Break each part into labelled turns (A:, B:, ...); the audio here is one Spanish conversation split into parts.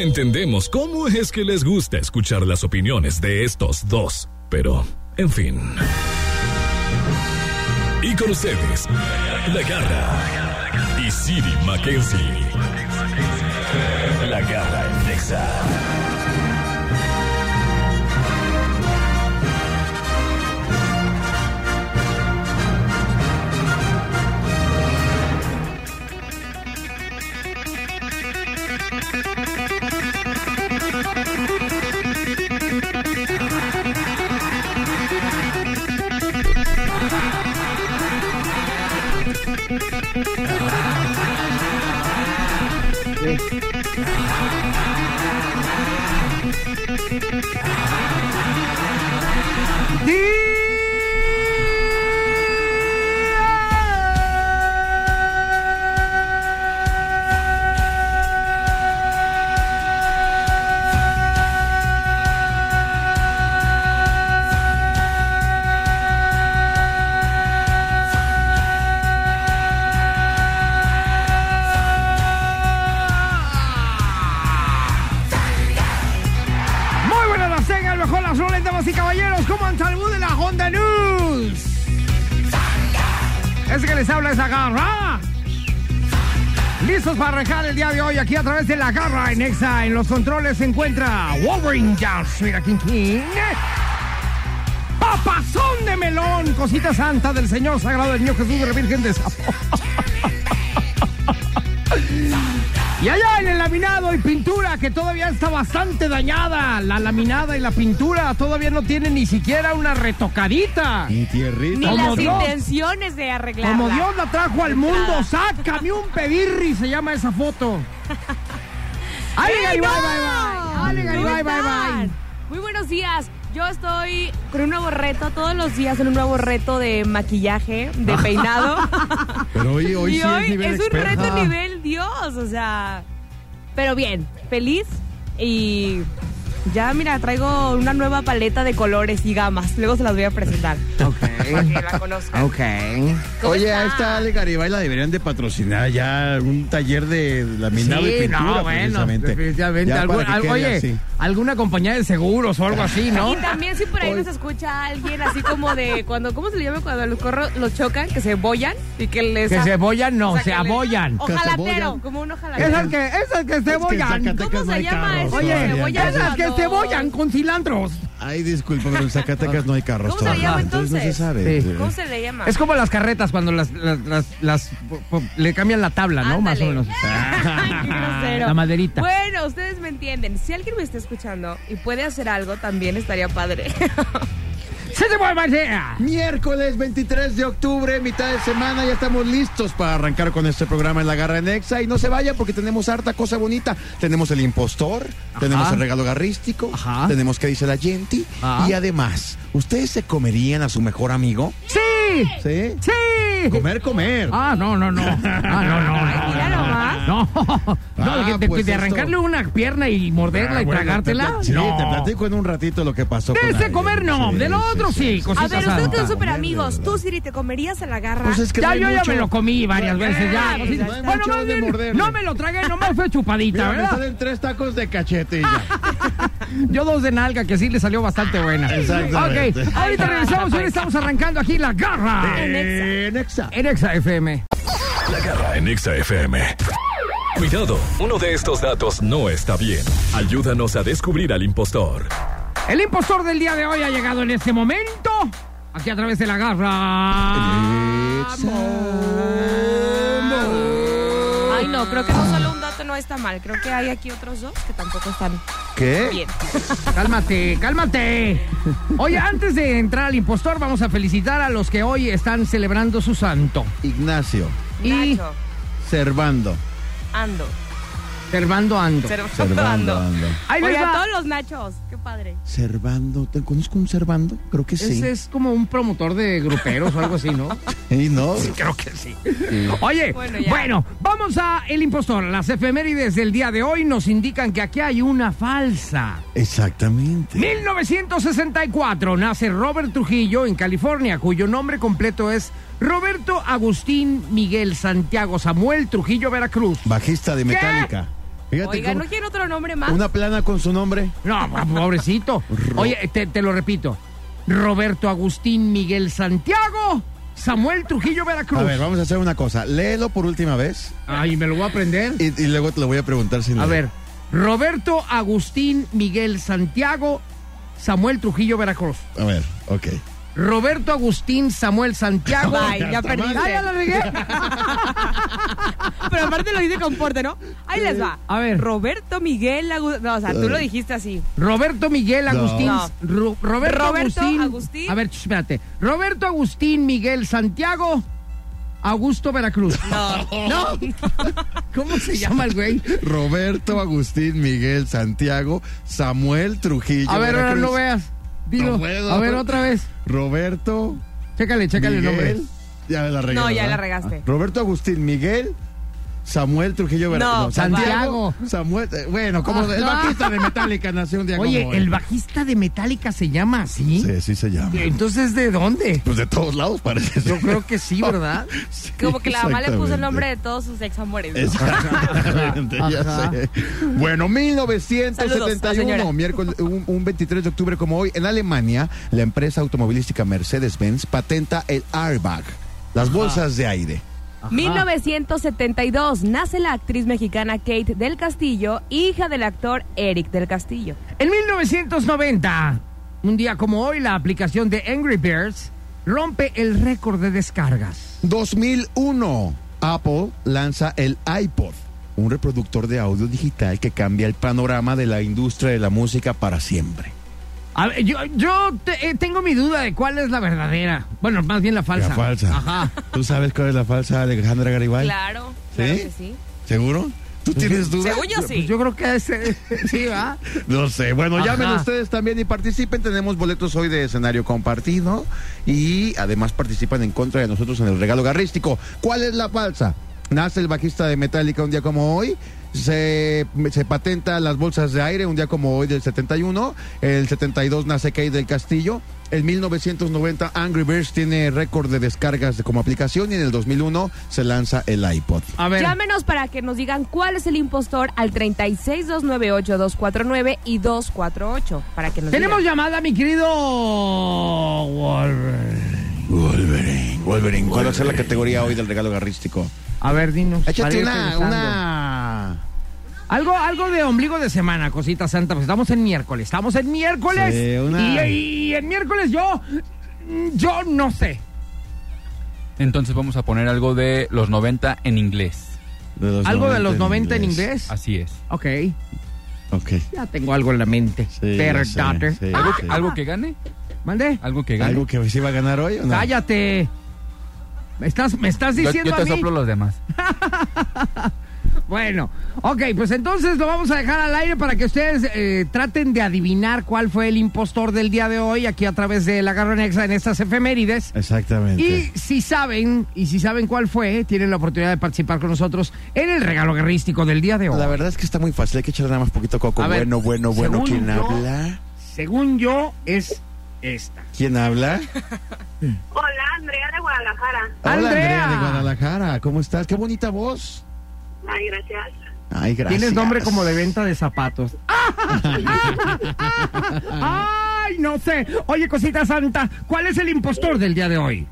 A: entendemos cómo es que les gusta escuchar las opiniones de estos dos, pero, en fin. Y con ustedes, La Garra y Siri Mackenzie. La Garra en Nexa.
B: para rejar el día de hoy aquí a través de la garra en Exa. En los controles se encuentra Wolverine Jones. Mira King King. Papazón de melón, cosita santa del Señor Sagrado del Niño Jesús de la Virgen de Sapo. Y allá en el laminado y pintura que todavía está bastante dañada. La laminada y la pintura todavía no tienen ni siquiera una retocadita.
C: Ni tierrita.
D: Ni Como las Dios, intenciones de arreglarla.
B: Como Dios la trajo al mundo, sácame un pedirri, se llama esa foto. ¡Ale, hey, no! bye, bye, bye! Ale, bye, bye, bye!
D: Muy buenos días. Yo estoy con un nuevo reto, todos los días en un nuevo reto de maquillaje, de peinado.
C: Pero hoy, hoy
D: y
C: sí
D: hoy
C: es, nivel
D: es un
C: experta.
D: reto nivel Dios, o sea. Pero bien, feliz y ya mira, traigo una nueva paleta de colores y gamas. Luego se las voy a presentar.
B: Ok.
D: Para que la conozcan.
B: Ok.
C: Oye,
D: está?
C: a esta Ale Garibay la deberían de patrocinar ya un taller de laminado y
B: Sí,
C: pintura,
B: no, bueno,
C: precisamente.
B: definitivamente.
C: Ya
B: Algún-
C: para que
B: al-
C: quede
B: oye,
C: así.
B: alguna compañía de seguros o algo así, ¿no?
D: Y también si por ahí nos escucha alguien así como de cuando, ¿cómo se le llama cuando a los corros los chocan, que se bollan y que les...
B: Que se bollan, no,
D: o sea,
B: se
D: que les-
B: abollan.
D: Ojalatero,
C: Cazabollan.
D: como un ojalatero.
B: Esas que, esas que se
C: Es que en
B: bollan.
C: Zacatecas
D: ¿Cómo
C: no
D: se
C: hay
D: llama
C: carros
D: eso?
B: Oye,
C: todavía.
D: cebollas?
B: esas que se
D: no.
B: bollan con cilantros.
C: Ay, disculpa, pero en Zacatecas no hay carros
D: ¿Cómo se llama
C: todavía,
D: entonces?
C: no se sabe.
B: Sí.
D: ¿Cómo se le llama?
B: Es como las carretas cuando las, las, las, las- po- po- le cambian la tabla, ¿no? Más o
D: Ándale.
B: menos.
D: Qué grosero.
B: La maderita.
D: Bueno, ustedes me entienden. Si alguien me está escuchando y puede hacer algo, también estaría padre.
B: ¡Se te vuelve idea!
C: Miércoles 23 de octubre, mitad de semana, ya estamos listos para arrancar con este programa en la Garra Nexa. Y no se vayan porque tenemos harta cosa bonita. Tenemos el impostor, tenemos el regalo garrístico,
B: Ajá.
C: tenemos que dice la gente.
B: Ajá.
C: Y además, ¿ustedes se comerían a su mejor amigo?
B: ¡Sí!
C: ¿Sí?
B: ¡Sí!
C: Comer, comer.
B: Ah, no, no, no. Ah, no, no. no,
D: mira
B: no,
D: nomás.
B: No, no,
C: Ah,
B: de, de-
C: pues
B: de
C: esto.
B: arrancarle una pierna y morderla
C: Ah,
B: y
C: bueno,
B: tragártela.
C: te- Sí,
B: no.
C: te platico en un ratito lo que pasó.
B: De
C: con
B: ese
C: Ale.
B: comer no,
C: Sí,
B: de lo
C: sí,
B: otro sí,
D: A
B: cositas
D: ver, ustedes que
B: santas.
D: son súper amigos.
C: ¿verdad?
D: Tú, Siri, ¿te comerías en la garra?
C: Pues es que no
B: Ya
C: hay
B: yo ya
C: mucho-
B: me lo comí varias
C: no hay-
B: veces ya.
C: no hay- no hay
B: bueno,
C: mucho
B: más
C: donde
B: bien,
C: morderle.
B: no me lo tragué, nomás fue chupadita,
C: Mira, me
B: ¿verdad? Ah,
C: salen tres tacos de cachete y ya.
B: Yo dos de nalga, que sí le salió bastante buena.
C: Exactamente.
B: Ok, ahorita regresamos y ahora estamos arrancando aquí la garra.
D: En Exa.
C: Eh, Nexa.
B: En Exa FM.
A: La Garra en Nexa FM. Cuidado, uno de estos datos no está bien. Ayúdanos a descubrir al impostor.
B: El impostor del día de hoy ha llegado en este momento. Aquí a través de la garra.
D: Ay, no, creo que no solo un dato no está mal. Creo que hay aquí otros dos que tampoco están
C: ¿Qué?
B: Eh.
D: bien.
B: Cálmate, cálmate. Oye, antes de entrar al impostor, vamos a felicitar a los que hoy están celebrando su santo.
C: Ignacio,
B: Y-
D: Nacho,
C: Servando.
D: ando.
B: Servando Ando.
D: Servando,
C: Servando,
D: ando.
C: ando.
B: Ahí les
D: Oye, a
B: va.
D: todos los nachos. Qué padre.
C: Servando, ¿te conozco un Servando? Creo que sí.
B: Ese es como un promotor de gruperos o algo así, ¿no?
C: Sí, ¿no?
B: Creo que sí. Oye, bueno,
D: Bueno, ya.
B: vamos a El Impostor. Las efemérides del día de hoy nos indican que aquí hay una falsa.
C: Exactamente.
B: 1964 nace Robert Trujillo en California, cuyo nombre completo es Roberto Agustín Miguel Santiago Samuel Trujillo Veracruz.
C: Bajista de
B: ¿Qué?
C: Metallica. Fíjate
D: Oiga,
C: cómo-
D: ¿no quiere otro nombre más?
C: Una plana con su nombre.
B: No, pobrecito. Oye, te, te lo repito. Roberto Agustín Miguel Santiago, Samuel Trujillo Veracruz.
C: A ver, vamos a hacer una cosa. Léelo por última vez
B: Ay, me lo voy a aprender.
C: y, y luego te lo voy a preguntar si
B: A ver, Roberto Agustín Miguel Santiago, Samuel Trujillo Veracruz.
C: A ver, ok.
B: Roberto Agustín Samuel Santiago.
D: Ay, ya
C: Hasta
D: perdí.
B: Ay, ya la regué.
D: Pero aparte lo dice con porte, ¿no? Ahí les va.
B: A ver.
D: Roberto Miguel Agu- No, o sea, tú lo dijiste así.
B: Roberto Miguel Agustín.
D: No.
B: Ro- Roberto,
D: Roberto
B: Agustín,
D: Agustín.
B: A ver, ch- espérate. Roberto Agustín Miguel Santiago. Augusto Veracruz.
D: No.
B: No. ¿Cómo se llama el güey?
C: Roberto, Agustín, Miguel, Santiago, Samuel Trujillo.
B: A ver, ahora
C: Veracruz.
B: no veas. Dilo.
C: No puedo.
B: A ver, otra vez.
C: Roberto,
B: Chécale, chécale
C: Miguel.
B: el nombre.
C: Ya la regaste.
D: No, ya la regaste.
C: Roberto, Agustín, Miguel, Samuel Trujillo Veracruz.
D: No, pues
B: Santiago.
C: Samuel, eh, bueno, como
B: Ajá.
C: el bajista de Metallica nació un día
B: Oye,
C: como hoy.
B: el bajista de Metallica se llama así.
C: Sí, sí se llama.
B: Entonces, ¿de dónde?
C: Pues de todos lados parece.
B: Yo creo que sí, ¿verdad?
C: Sí,
D: Como que la mamá le puso el nombre
C: exactamente.
D: de todos sus ex amores.
C: Exactamente,
B: Ajá.
C: ya sé. Bueno,
D: Saludos, la
C: 1971,
D: señora.
C: miércoles, un, un 23 de octubre como hoy, en Alemania, la empresa automovilística Mercedes-Benz patenta el airbag, las bolsas de aire.
D: 1972 nace la actriz mexicana Kate del Castillo, hija del actor Eric del Castillo.
B: En 1990, un día como hoy, la aplicación de Angry Birds rompe el récord de descargas.
C: 2001, Apple lanza el iPod, un reproductor de audio digital que cambia el panorama de la industria de la música para siempre.
B: A ver, yo yo te- eh, tengo mi duda de cuál es la verdadera. Bueno, más bien la falsa.
C: La falsa.
B: Ajá.
C: ¿Tú sabes cuál es la falsa Alejandra Garibay?
D: Claro,
C: ¿Sí?
D: claro que sí.
C: ¿Seguro? ¿Tú tienes dudas?
D: Según yo
B: Pues
D: sí.
B: yo creo que es, eh, sí, ¿va?
C: No sé, bueno,
B: Ajá.
C: llamen ustedes también y participen. Tenemos boletos hoy de escenario compartido y además participan en contra de nosotros en el regalo garrístico. ¿Cuál es la falsa? Nace el bajista de Metallica un día como hoy. Se, se patenta las bolsas de aire un día como hoy del 71. El 72 nace Kate del Castillo. En 1990 Angry Birds tiene récord de descargas como aplicación y en el 2001 se lanza el iPod.
B: A ver.
D: Llámenos para que nos digan cuál es el impostor al 36298249 y 248 para que nos
B: Tenemos
D: digan.
B: llamada, mi querido. Wolver.
C: Wolverine, Wolverine. ¿Cuál va a ser la categoría hoy del regalo garrístico?
B: A ver, dinos. para
C: Échate
B: ir
C: una,
B: pensando.
C: una.
B: Algo, algo de ombligo de semana, cosita santa. Pues estamos en miércoles. Estamos en miércoles.
C: Sí, una-
B: y, y en miércoles yo. Yo no sé.
E: Entonces vamos a poner algo de los 90 en inglés.
B: Algo de los 90 en inglés.
E: Así es.
B: Ok,
C: Ok.
B: ya tengo algo en la mente.
C: Sí,
B: Better Ah.
C: ya sé,
B: daughter.
C: sí,
E: ¿Algo,
C: sí.
E: que, algo que gane,
B: ¿Mande?
E: algo que gane.
C: ¿Algo que se iba a ganar hoy o no?
B: Cállate. Me estás, me estás
E: Yo,
B: diciendo
E: yo te
B: a mí.
E: soplo los demás.
B: Bueno, ok, pues entonces lo vamos a dejar al aire para que ustedes eh, traten de adivinar cuál fue el impostor del día de hoy aquí a través de la Garra Nexa en estas efemérides.
C: Exactamente.
B: Y si saben, y si saben cuál fue, tienen la oportunidad de participar con nosotros en el regalo guerrístico del día de hoy.
C: La verdad es que está muy fácil. Hay que echarle nada más poquito coco.
B: A ver,
C: bueno, bueno,
B: según
C: bueno. ¿Quién
B: yo-
C: habla?
B: Según yo, es esta.
C: ¿Quién habla?
F: Hola, Andrea de Guadalajara.
C: Hola,
B: Andrea.
C: de Guadalajara. ¿Cómo estás? Qué bonita voz.
F: Ay, gracias.
C: Ay, gracias.
B: Tienes nombre como de venta de zapatos. ¡Ay, no sé! Oye, cosita santa, ¿cuál es el impostor del día de hoy?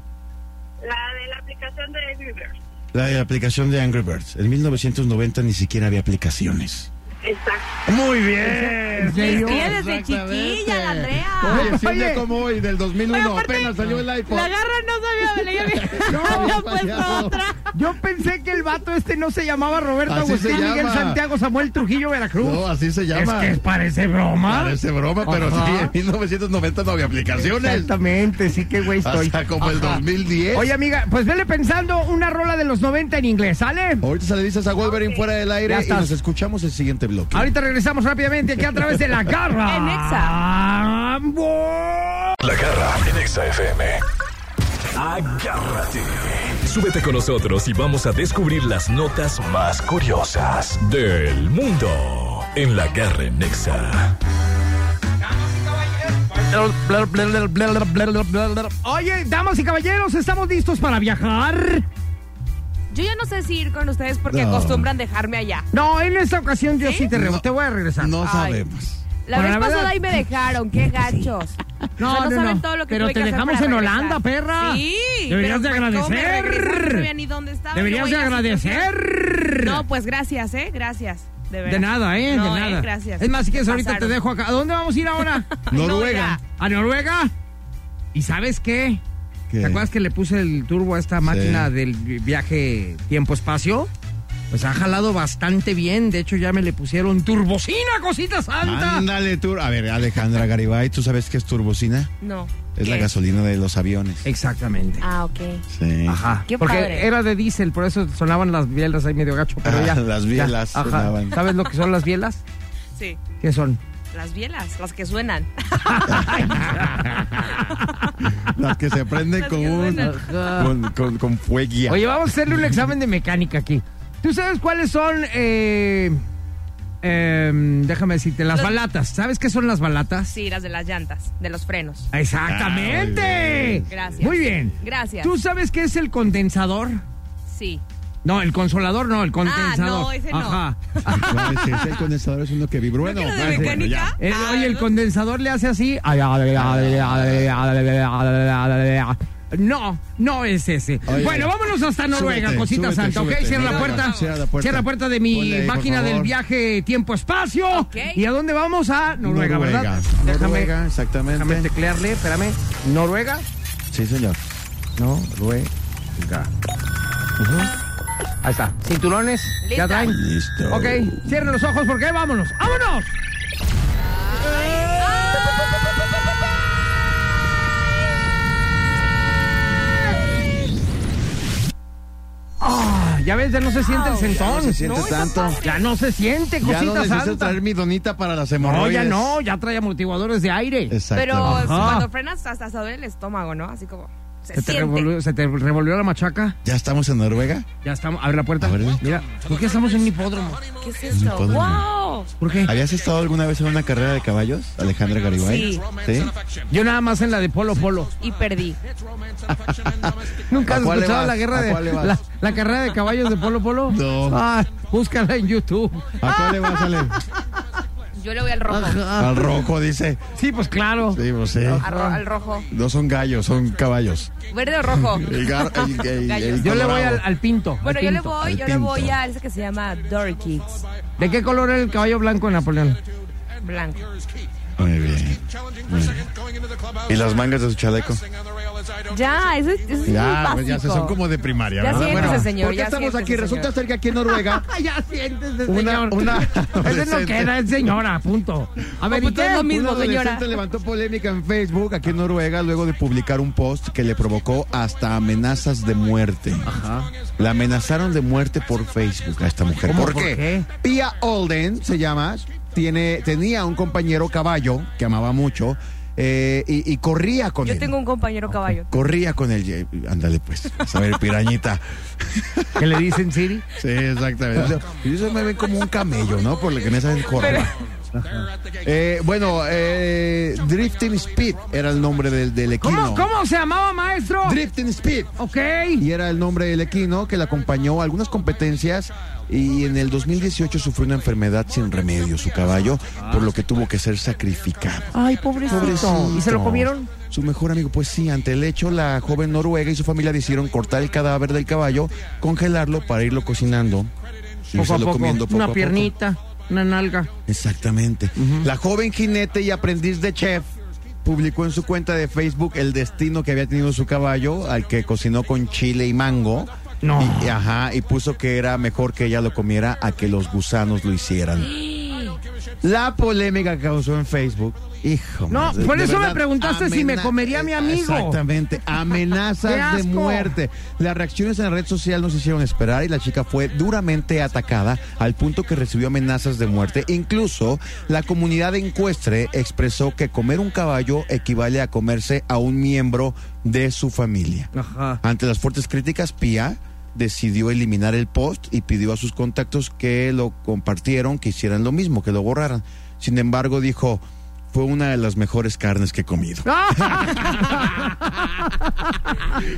F: La de la aplicación de Uber.
C: La de la aplicación de Angry Birds. En 1990 ni siquiera había aplicaciones.
F: Exacto.
C: Muy bien.
B: serio?
D: Vestida desde chiquilla, la Andrea.
C: Oye, si un
B: Oye.
C: día como hoy, del 2001,
D: Oye, aparte,
C: apenas salió el iPhone.
D: La garra no sabía, me leía bien.
B: No,
D: había
C: fallado.
D: puesto otra.
B: Yo pensé que el vato este no se llamaba Roberto
C: Así
B: Agustín
C: se
B: Miguel
C: llama.
B: Santiago Samuel Trujillo Veracruz.
C: No, así se
B: es
C: llama.
B: que parece broma.
C: Parece broma, pero sí,
B: Ajá.
C: en 1990 no había aplicaciones.
B: Exactamente, sí, qué güey estoy.
C: Hasta como el
B: Ajá.
C: 2010.
B: Oye, amiga, pues vele pensando una rola de los 90 en inglés, ¿sale?
C: Ahorita se le dices a Wolverine fuera del aire
B: Ya
C: y
B: estás.
C: nos escuchamos el siguiente bloque.
B: Ahorita regresamos rápidamente aquí a través de la garra.
D: En Exa.
B: Ambo-
A: La garra en Exa FM. Agárrate. Súbete con nosotros y vamos a descubrir las notas más curiosas del mundo en la garra en Exa.
B: Oye, damas y caballeros, estamos listos para viajar.
D: Yo ya no sé si ir con ustedes porque
C: No.
D: acostumbran dejarme allá.
B: No, en esta ocasión yo sí,
D: ¿Sí?
B: te rebo-
C: No.
B: te voy a regresar.
C: No
D: Ay.
C: sabemos.
D: La
B: Bueno, la verdad-
D: vez pasada ahí me dejaron, qué gachos.
B: No,
D: O sea,
B: no,
D: saben
B: no.
D: todo lo que
B: Pero
D: tuve
B: te
D: que hacer
B: dejamos
D: para
B: en
D: regresar.
B: Holanda, perra.
D: Sí.
B: Deberías de
D: pero pues, ¿cómo me
B: agradecer.
D: regresaron? No sabía ni dónde estaba,
B: Deberías
D: yo
B: de
D: voy a esa
B: agradecer.
D: No, pues gracias, ¿eh? Gracias. De,
B: de
D: veras.
B: nada, ¿eh?
D: No,
B: de nada.
D: gracias.
B: Es más, si quieres, ahorita te
D: Pasaron.
B: dejo acá. ¿A dónde vamos a ir ahora?
D: Ay, no, ya.
C: Noruega.
B: ¿A Noruega? ¿Y sabes qué?
C: ¿Qué?
B: ¿Te acuerdas que le puse el turbo a esta máquina del viaje tiempo-espacio? Pues ha jalado bastante bien. De hecho, ya me le pusieron turbocina, cosita santa.
C: Ándale, tú. A ver, Alejandra Garibay, ¿tú sabes qué es turbocina?
D: No.
C: Es la
D: ¿Qué?
C: gasolina de los aviones.
B: Exactamente.
D: Ah, ok.
C: Sí.
B: Eh, Ajá.
D: Qué
B: porque
D: padre.
B: era de diésel, por eso sonaban las bielas ahí medio gacho. Pero
C: Ah,
B: ya.
C: las bielas
B: ya, ajá.
C: sonaban.
B: ¿Sabes lo que son las bielas?
D: Sí.
B: ¿Qué son?
D: Las bielas, las que suenan.
C: Las que se prenden
D: Las
C: con,
D: que
C: un-
B: suenan.
C: con, con, con fueguía.
B: Oye, vamos a hacerle un examen de mecánica aquí. ¿Tú sabes cuáles son? eh, em, déjame decirte, las
D: Los-
B: balatas. ¿Sabes qué son las balatas?
D: Sí, las de las llantas, de los frenos.
B: Exactamente.
C: Ah, muy bien.
D: Gracias.
B: Muy bien.
D: Gracias.
B: ¿Tú sabes qué es el condensador?
D: Sí.
B: No, el consolador no, el condensador.
D: Ah, no, ese no.
B: Ajá.
C: ¿Cuál es ese? El condensador es uno que vibra. Bueno,
D: ¿No que lo de
C: bueno,
D: mecánica?
B: El-
D: Ah,
B: oye, el
D: ¿no?
B: condensador le hace así. No, no es ese.
C: Oye,
B: bueno, vámonos hasta Noruega,
C: súbete,
B: cosita
C: súbete,
B: santa, ¿ok?
C: súbete.
B: Cierra la,
C: Venga,
B: puerta,
C: cierra la puerta.
B: Cierra la puerta de mi
C: Ponle ahí, por
B: máquina del
C: favor.
B: viaje tiempo-espacio.
D: Ok.
B: ¿Y a dónde vamos? A Noruega, ¿verdad?
C: Noruega,
B: Déjame,
C: exactamente.
B: déjame teclearle, espérame. ¿Noruega?
C: Sí, señor.
B: Noruega. Ujú. Ahí está. Cinturones.
D: Lista.
B: ¿Ya traen?
C: Listo.
B: Ok, cierren los ojos porque vámonos. ¡Vámonos! Ah, ya ves, ya no se siente el
C: Ya no
B: sentón.
C: se siente
D: No, esa
C: tanto.
D: pasta.
B: Ya no se siente,
C: Ya no
B: cosita
C: necesito
B: santa.
C: traer mi donita para las
B: No,
C: hemorroides.
B: ya no, ya trae amortiguadores de aire.
C: Exacto.
D: Pero
C: Ajá.
D: cuando frenas hasta, hasta duele el estómago, ¿no? Así como se
B: ¿Se te,
D: siente.
B: revolvió, se te revolvió la machaca.
C: ¿Ya estamos en Noruega?
B: Ya estamos. Abre la puerta.
C: Ábrele.
B: Mira, ¿por qué estamos en un hipódromo?
D: ¿Qué es esto?
C: puedo.
D: ¡Wow!
B: ¿Por qué?
C: ¿Habías estado alguna vez en una carrera de caballos, Alejandra Garibay?
D: Sí.
C: ¿Sí?
B: Yo nada más en la de Polo Polo.
D: Y perdí.
B: ¿Nunca
C: ¿A
B: has
C: cuál le
B: escuchado
C: vas?
B: la guerra
C: ¿A
B: de
C: cuál le vas?
B: la, la carrera de caballos de Polo Polo?
C: No.
B: Ah, búscala en YouTube.
C: ¿A cuál le vas, Ale?
D: Yo le voy al rojo.
C: Al rojo, dice.
B: Sí, pues claro.
C: Sí, pues sí.
D: Al ro- al rojo.
C: No son gallos, son caballos.
D: ¿Verde o rojo?
C: El gar- el- el-
D: Gallos.
C: el
B: Yo le voy
C: colorado.
B: al, al pinto. al
D: Bueno, yo le
B: pinto.
D: voy,
C: al
D: yo le voy
C: pinto.
D: a ese que se llama Dory Kicks.
B: ¿De qué color era el caballo blanco de Napoleón?
D: Blanco.
C: Muy bien. Muy bien. ¿Y las mangas de su chaleco?
D: Ya, eso, es- eso es muy
C: pues,
D: básico.
C: de primaria,
D: Ya siéntese, señor,
C: ¿por qué
D: ya
C: estamos
D: siéntese,
C: aquí? Resulta
D: señor.
C: ser que aquí en Noruega...
B: ya siéntese,
C: Una, una
B: Ese no
C: adolescente-
B: queda, es señora, punto. A ver, ¿y
D: pues,
B: qué?
D: todo lo mismo.
C: Una adolescente
D: señora.
C: levantó polémica en Facebook aquí en Noruega luego de publicar un post que le provocó hasta amenazas de muerte. La amenazaron de muerte por Facebook a esta mujer.
B: ¿Cómo?
C: ¿Por,
B: ¿Por
C: qué?
B: qué?
C: Pia Olden se llama, tiene, tenía un compañero caballo que amaba mucho eh, y, y corría con
D: Yo
C: él.
D: tengo un compañero caballo.
C: Corría con él. Ándale pues, a ver, pirañita.
B: ¿Qué le dicen Siri?
C: Sí, exactamente. O sea,
B: Ah.
C: y eso me ven como un camello, ¿no? Por lo que en esa corre. Eh, bueno, eh, Drifting Speed era el nombre del, del equino.
B: ¿Cómo, ¿Cómo se llamaba, maestro?
C: Drifting Speed.
B: Ok.
C: Y era el nombre del equino que le acompañó a algunas competencias y en el 2018 sufrió una enfermedad sin remedio su caballo, por lo que tuvo que ser sacrificado.
B: Ay, pobrecito. ¿Y se lo comieron?
C: Su mejor amigo, pues sí, ante el hecho, la joven noruega y su familia decidieron cortar el cadáver del caballo, congelarlo para irlo cocinando. y
B: Poco a
C: írselo
B: poco.
C: comiendo poco a
B: Una
C: poco.
B: piernita, una nalga.
C: Exactamente. La joven jinete y aprendiz de chef publicó en su cuenta de Facebook el destino que había tenido su caballo, al que cocinó con chile y mango.
B: No.
C: Y, ajá, y puso que era mejor que ella lo comiera a que los gusanos lo hicieran. La polémica que causó en Facebook. Hijo.
B: No,
C: de-
B: por
C: de
B: eso me preguntaste si me comería a mi amigo.
C: Exactamente.
B: ¡Qué
C: Amenazas de
B: asco!
C: muerte. Las reacciones en la red social nos hicieron esperar y la chica fue duramente atacada al punto que recibió amenazas de muerte. Incluso la comunidad encuestre expresó que comer un caballo equivale a comerse a un miembro de su familia.
B: Ajá.
C: Ante las fuertes críticas, Pia decidió eliminar el post y pidió a sus contactos que lo compartieron que hicieran lo mismo, que lo borraran. Sin embargo, dijo, fue una de las mejores carnes que he comido.
B: ¡Ah!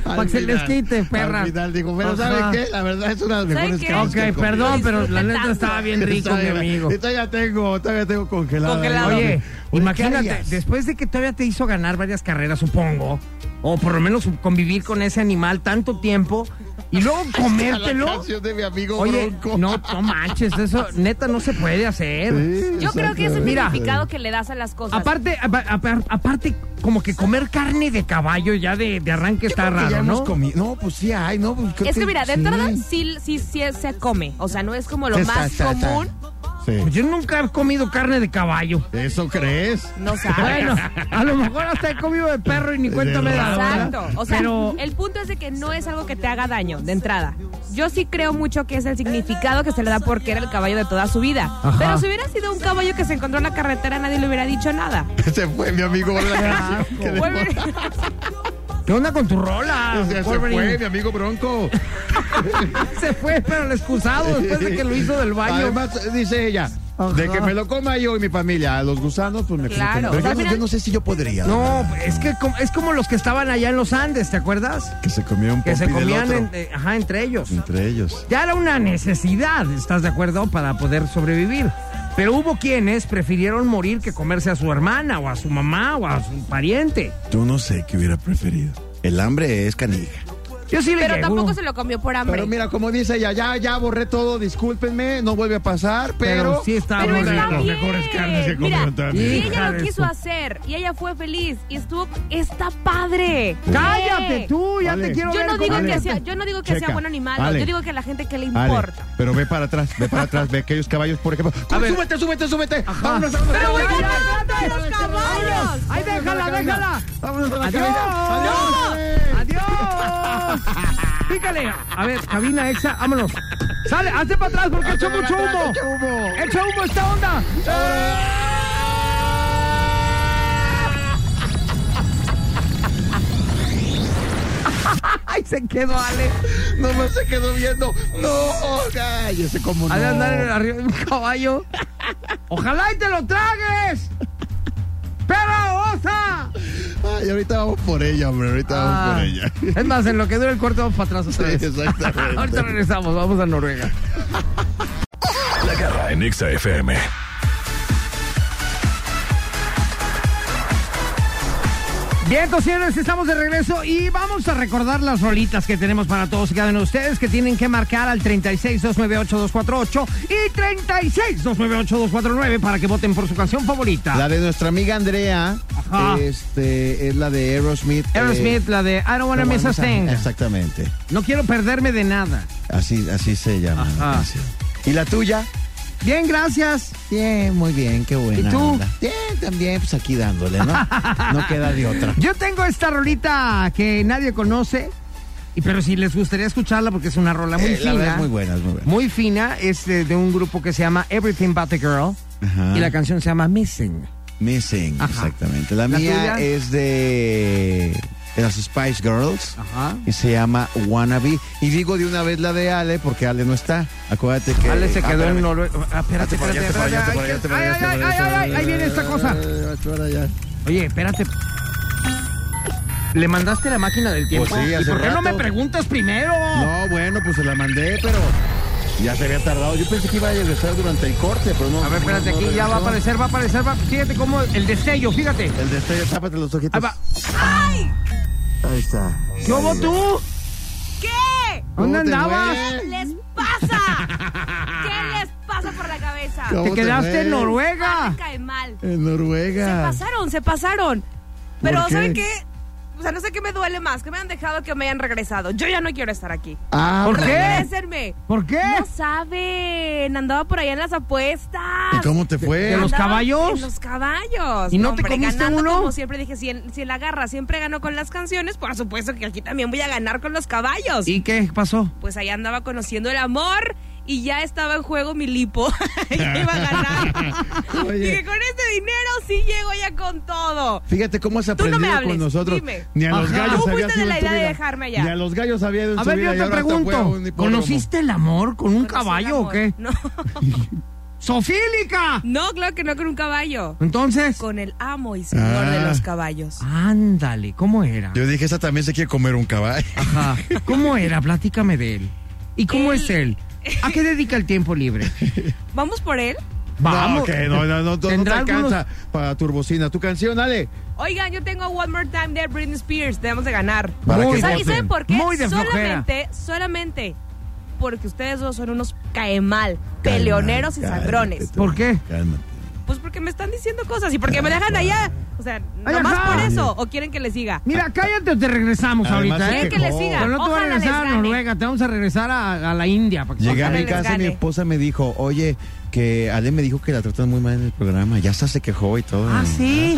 B: Para que se les quite, perra.
C: Al final digo, pero
B: Ajá.
C: ¿sabe qué? La verdad es una de las
D: ¿Sabe
C: mejores
D: qué?
C: carnes
B: Ok,
C: que he comido.
B: perdón, pero la
D: Disfruta
B: neta
D: tanto.
B: estaba bien rico, mi
C: Todavía-
B: amigo.
C: y Todavía tengo, todavía tengo congelado.
D: Congelado.
B: Oye, pues
C: Oye, ¿qué
B: imagínate,
C: harías?
B: después de que todavía te hizo ganar varias carreras, supongo, o por lo menos convivir con ese animal tanto tiempo, y luego
C: La
B: comértelo.
C: canción de mi amigo
B: Oye,
C: Bronco.
B: no, no manches, eso neta no se puede hacer.
C: Sí,
D: Yo creo que es el
C: exactamente.
B: Mira.
D: significado que le das a las cosas.
B: Aparte, apa- apa- aparte, como que comer carne de caballo ya de, de arranque está
C: Que ya
B: raro,
C: hemos
B: ¿no?
C: comido. No, pues sí hay, no. Pues creo
D: es que mira, de entrada
C: sí.
D: sí, sí, sí se come. O sea, no es como lo
C: Sí,
D: más
C: está, está, está.
D: común.
B: Pues
C: Sí.
B: yo nunca he comido carne de caballo.
C: ¿Eso crees?
D: No sabes.
B: Bueno, a lo mejor hasta he comido de perro y ni cuenta me he dado, ¿verdad?
D: Exacto. O sea,
B: Pero-
D: el punto es de que no es algo que te haga daño de entrada. Yo sí creo mucho que es el significado que se le da porque era el caballo de toda su vida.
B: Ajá.
D: Pero si hubiera sido un caballo que se encontró en la carretera, nadie le hubiera dicho nada.
C: Se fue mi amigo Bronco. Que le-
D: Vuelve-
B: ¿Qué onda con tu rola?
C: O sea, se
B: Wolverine? Ah,
C: fue mi amigo Bronco.
B: Se fue, pero el excusado después de que lo hizo del baño.
C: Además, dice ella,
B: Ajá.
C: de que me lo coma yo y mi familia. A los gusanos, pues me
D: Claro.
C: Pero
D: O sea,
C: yo, no-
D: mira-
C: yo no sé si yo podría.
B: no, es que com- es como los que estaban allá en los Andes, ¿te acuerdas?
C: Que se comió un
B: Que se
C: popi del
B: comían
C: otro.
B: en- eh, ajá, entre ellos.
C: entre ellos.
B: Ya era una necesidad, ¿estás de acuerdo? Para poder sobrevivir. Pero hubo quienes prefirieron morir que comerse a su hermana o a su mamá o a su pariente.
C: Yo no sé qué hubiera preferido. El hambre es canija.
B: Yo sí le
D: Pero
B: llego.
D: tampoco se lo comió por hambre.
C: Pero mira, como dice ella, ya, ya borré todo, discúlpenme, no vuelve a pasar, pero...
B: sí está
D: Pero
B: bueno.
D: está
C: las
D: bien.
C: mejores carnes que
D: Mira,
C: comieron también.
D: si
B: Hija
D: ella lo
B: de
D: quiso
B: su-
D: hacer y ella fue feliz y estuvo, está padre.
B: Cállate
D: Sí.
B: tú, ya
C: Vale.
B: te quiero
D: Yo
B: ver
D: no digo
B: con-
D: que sea, yo no digo que
C: Checa.
D: sea bueno ni malo.
C: Ale.
D: Yo digo que a la gente que le
C: Ale,
D: importa.
C: pero ve para atrás, ve para atrás, ve aquellos caballos, por ejemplo.
B: A ver.
C: Súbete, súbete, súbete.
B: Ajá.
C: Vámonos, vámonos.
D: Pero voy
C: vámonos,
D: ganando de los caballos.
B: Ahí déjala, déjala.
C: Vámonos a la
B: Adiós.
C: cabina. Adiós.
B: ¡Adiós! Pícale. A ver, cabina exa, vámonos. Sale, hazte para atrás porque echa mucho humo.
C: Echa humo.
B: Echa humo esta onda. Ay, se quedó Ale.
C: No más se quedó viendo. No, ay, ese como no.
B: Ha de andar en arriba de un caballo. Ojalá y te lo tragues. Pero osa.
C: Ay, ahorita vamos por ella, hombre, ahorita vamos por ella.
B: Ah. Es más, en lo que dura el corte vamos para atrás otra vez.
C: Sí, exactamente.
B: Ahorita regresamos, vamos a Noruega.
A: La garra en Exa FM.
B: Bien, entonces, señores, estamos de regreso y vamos a recordar las rolitas que tenemos para todos y cada uno de ustedes que tienen que marcar al 36-298-248 y 36-298-249 para que voten por su canción favorita.
C: La de nuestra amiga Andrea,
B: Ajá.
C: este, es la de Aerosmith. eh,
B: Aerosmith, la de I don't wanna
C: No,
B: miss a
C: vamos a-
B: thing.
C: Exactamente.
B: No quiero perderme de nada.
C: Así, así se llama. la
B: Ajá.
C: canción. ¿Y la tuya?
B: Bien, gracias.
C: Bien, muy bien, qué buena.
B: ¿Y tú?
C: onda. Bien, también, pues aquí dándole, ¿no? No queda de otra.
B: Yo tengo esta rolita que nadie conoce, y pero si les gustaría escucharla porque es una rola muy
C: Eh, la
B: fina.
C: verdad es muy buena, es muy buena.
B: Muy fina, es de, de un grupo que se llama Everything But the Girl.
C: Ajá.
B: Y la canción se llama Missing.
C: Missing,
B: Ajá.
C: exactamente. La,
B: ¿La
C: mía
B: tuya?
C: es de de las Spice Girls
B: Ajá.
C: y se llama Wannabe. Y digo de una vez la de Ale porque Ale no está. Acuérdate que.
B: Ale se
C: Ah,
B: quedó en
C: espérame.
B: Noruega. Ah, espérate,
C: Hazte para allá,
B: espérate,
C: hazte para allá, hazte
B: espérate.
C: para allá,
B: Ay, que- ay,
C: hazte para allá, hazte
B: ay,
C: para
B: ay,
C: allá,
B: ay,
C: hazte
B: ahí viene
C: para
B: esta cosa.
C: allá, hazte para allá.
B: Oye, espérate. ¿Le mandaste la máquina del tiempo?
C: Pues sí,
B: ¿Y
C: hace
B: por qué no
C: rato.
B: me preguntas primero?
C: No, bueno, pues se la mandé, pero ya se había tardado. Yo pensé que iba a regresar durante el corte, pero no.
B: A ver, espérate,
C: no, no
B: aquí ya va a
C: regresó.
B: aparecer, va a aparecer, va. Fíjate cómo el destello, fíjate.
C: El destello, tápate los ojitos.
B: Ahí va.
C: Ahí está.
B: ¿Qué hubo tú?
D: ¿Qué?
B: ¿Dónde
C: ¿Cómo te
B: andabas?
C: fue?
D: les pasa? ¿Qué les pasa por la cabeza?
C: ¿Cómo
B: Te quedaste
C: fue?
B: en Noruega.
D: Me cae mal.
C: En
D: Se
C: Noruega.
D: pasaron, se pasaron. Pero
C: ¿Por qué?
D: ¿saben qué? O sea, no sé qué me duele más, que me han dejado que me hayan regresado. Yo ya no quiero estar aquí.
C: Ah,
B: ¿Por qué?
D: Regrésenme.
B: ¿Por qué?
D: No saben, andaba por allá en las apuestas.
C: ¿Y cómo te
B: ¿De
C: fue?
B: los
D: Andaba
B: caballos?
D: En los caballos.
B: ¿Y no te comiste
D: ganando,
B: uno?
D: Como siempre dije, si, en- si la garra siempre ganó con las canciones, por supuesto que aquí también voy a ganar con los caballos.
B: ¿Y qué pasó?
D: Pues allá andaba conociendo el amor y ya estaba en juego mi lipo. Y iba a ganar.
C: Oye.
D: Dije, con este dinero sí llego ya con todo.
C: Fíjate cómo has
D: Tú no
C: aprendido
D: me
C: con
D: hables,
C: nosotros.
D: dime.
C: Ni a los
B: Ajá.
C: gallos
D: Tú
C: había
D: fuiste de
C: sido
D: la
C: en tu
D: idea de
C: vida.
D: dejarme allá.
C: Ni a los gallos había ido en
B: A
C: su
B: ver,
C: vida.
B: yo
C: y
B: te
C: ahora hasta fue a
B: pregunto,
C: un hipódromo.
B: ¿conociste el amor con un
D: Conocí el
B: caballo o
D: amor.
B: qué?
D: No.
B: ¡Sofílica!
D: No, claro que no con un caballo.
B: Entonces.
D: Con el amo y señor
C: Ah.
D: de los caballos.
B: Ándale, ¿cómo era?
C: Yo dije, esa también se quiere comer un caballo.
B: Ajá. ¿Cómo era? Platícame de él. ¿Y cómo
D: Él-
B: es él? ¿A qué dedica el tiempo libre?
D: Vamos por él.
C: No, que no, no, no, no te
B: ¿Tendrá algunos-
C: alcanza para turbocina. Tu canción, Ale.
D: Oigan, yo tengo One More Time de Britney Spears. Debemos de ganar.
C: Para
B: Muy
C: que
B: de-
D: ¿Sabe-
C: voten.
D: ¿Y saben por qué?
B: Muy de flojera.
D: solamente, solamente porque ustedes dos son unos caemal,
C: Cálmate,
D: peleoneros y
C: cálmate,
D: sangrones.
C: tú,
B: ¿Por qué?
C: Cálmate.
D: Pues porque me están diciendo cosas y porque me dejan allá. O sea,
B: Ay,
D: nomás
B: ajá.
D: por eso. ¿O quieren que les siga?
B: Mira, cállate o te regresamos
C: Además,
B: ahorita,
C: sí
B: ¿eh?
D: ¿Quieren que les siga?
B: Pero no te va a
D: Ojalá les
B: regresar a
D: gane.
B: Noruega, te vamos a regresar a, a la India. Para que
C: Llegué a
D: Ojalá
C: mi
D: les
C: casa y mi
D: gane.
C: esposa me dijo, oye, que Ale me dijo que la tratan muy mal en el programa. Ya hasta se quejó y todo.
B: Ah, ¿sí?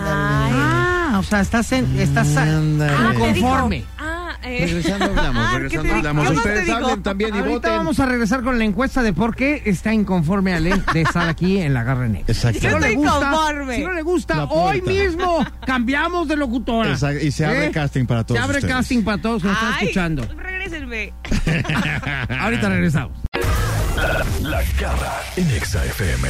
C: Ándale.
B: Ah, o sea, estás en. Estás a-
C: Ándale.
D: Ah, ¿te dijo?
B: inconforme.
D: Ah, eh.
C: Regresando hablamos,
D: Ah, ¿qué te
C: regresando
D: dijo?
C: hablamos.
D: ¿Cómo te
C: Ustedes
D: dijo?
C: hablen también y
B: Ahorita
C: voten.
B: vamos a regresar con la encuesta de por qué está inconforme Ale de estar aquí en la Garra Negra.
C: Exacto.
B: Si no, le
D: Estoy
B: gusta,
D: conforme.
B: si no le
C: La
B: gusta,
C: puerta.
B: hoy mismo cambiamos de locutora.
C: Exacto, y se abre
B: ¿Eh?
C: casting para todos
B: Se abre
C: ustedes.
B: casting para todos que nos están
D: Ay,
B: escuchando.
D: Regrésenme.
C: Ah.
B: Ahorita regresamos.
A: La garra en Exa FM.